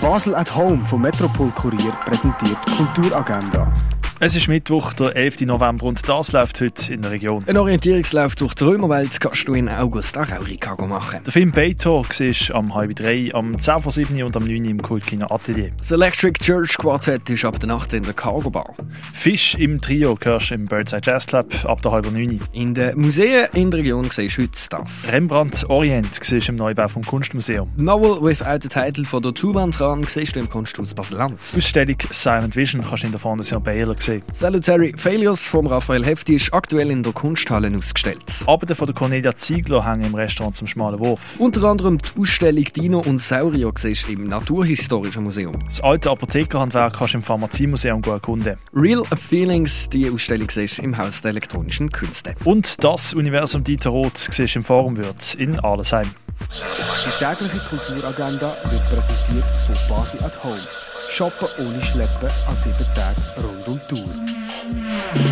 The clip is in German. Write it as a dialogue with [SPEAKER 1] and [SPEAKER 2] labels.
[SPEAKER 1] Basel at Home vom Metropol Kurier präsentiert Kulturagenda.
[SPEAKER 2] Es ist Mittwoch, der 11. November und das läuft heute in der Region.
[SPEAKER 3] Ein Orientierungslauf durch die Römerwelt kannst du in August auch Raurica machen.
[SPEAKER 2] Der Film Beethoven siehst am halb drei, am 10 vor 7 und am 9 im Kultkino Atelier.
[SPEAKER 3] Das Electric Church Quartett ist ab der Nacht in der Cargo Bar.
[SPEAKER 2] Fisch im Trio hörst du im Birdside Jazz Club ab der halben 9.
[SPEAKER 3] In den Museen in der Region siehst du heute das.
[SPEAKER 2] Rembrandt Orient siehst du im Neubau vom Kunstmuseum.
[SPEAKER 3] Novel Without the Title von der Zumannsran siehst du im Kunsthaus Basel-Land.
[SPEAKER 2] Ausstellung Silent Vision kannst du in der Fondation Baylor sehen.
[SPEAKER 3] Salutary Failures von Raphael Hefti ist aktuell in der Kunsthalle ausgestellt.
[SPEAKER 2] Arbeiten von der Cornelia Ziegler hängen im Restaurant zum Schmalen Wurf.
[SPEAKER 3] Unter anderem die Ausstellung Dino und Saurier siehst du im Naturhistorischen Museum.
[SPEAKER 2] Das alte Apothekerhandwerk kannst du im Pharmaziemuseum gut erkunden.
[SPEAKER 3] Real Feelings, die Ausstellung siehst du im Haus der elektronischen Künste.
[SPEAKER 2] Und das Universum Dieter Roth siehst du im Forum Würz in Allesheim.
[SPEAKER 1] Die tägliche Kulturagenda wird präsentiert von Basel at Home. Shoppen ohne Schleppen an sieben Tagen rund um die Uhr.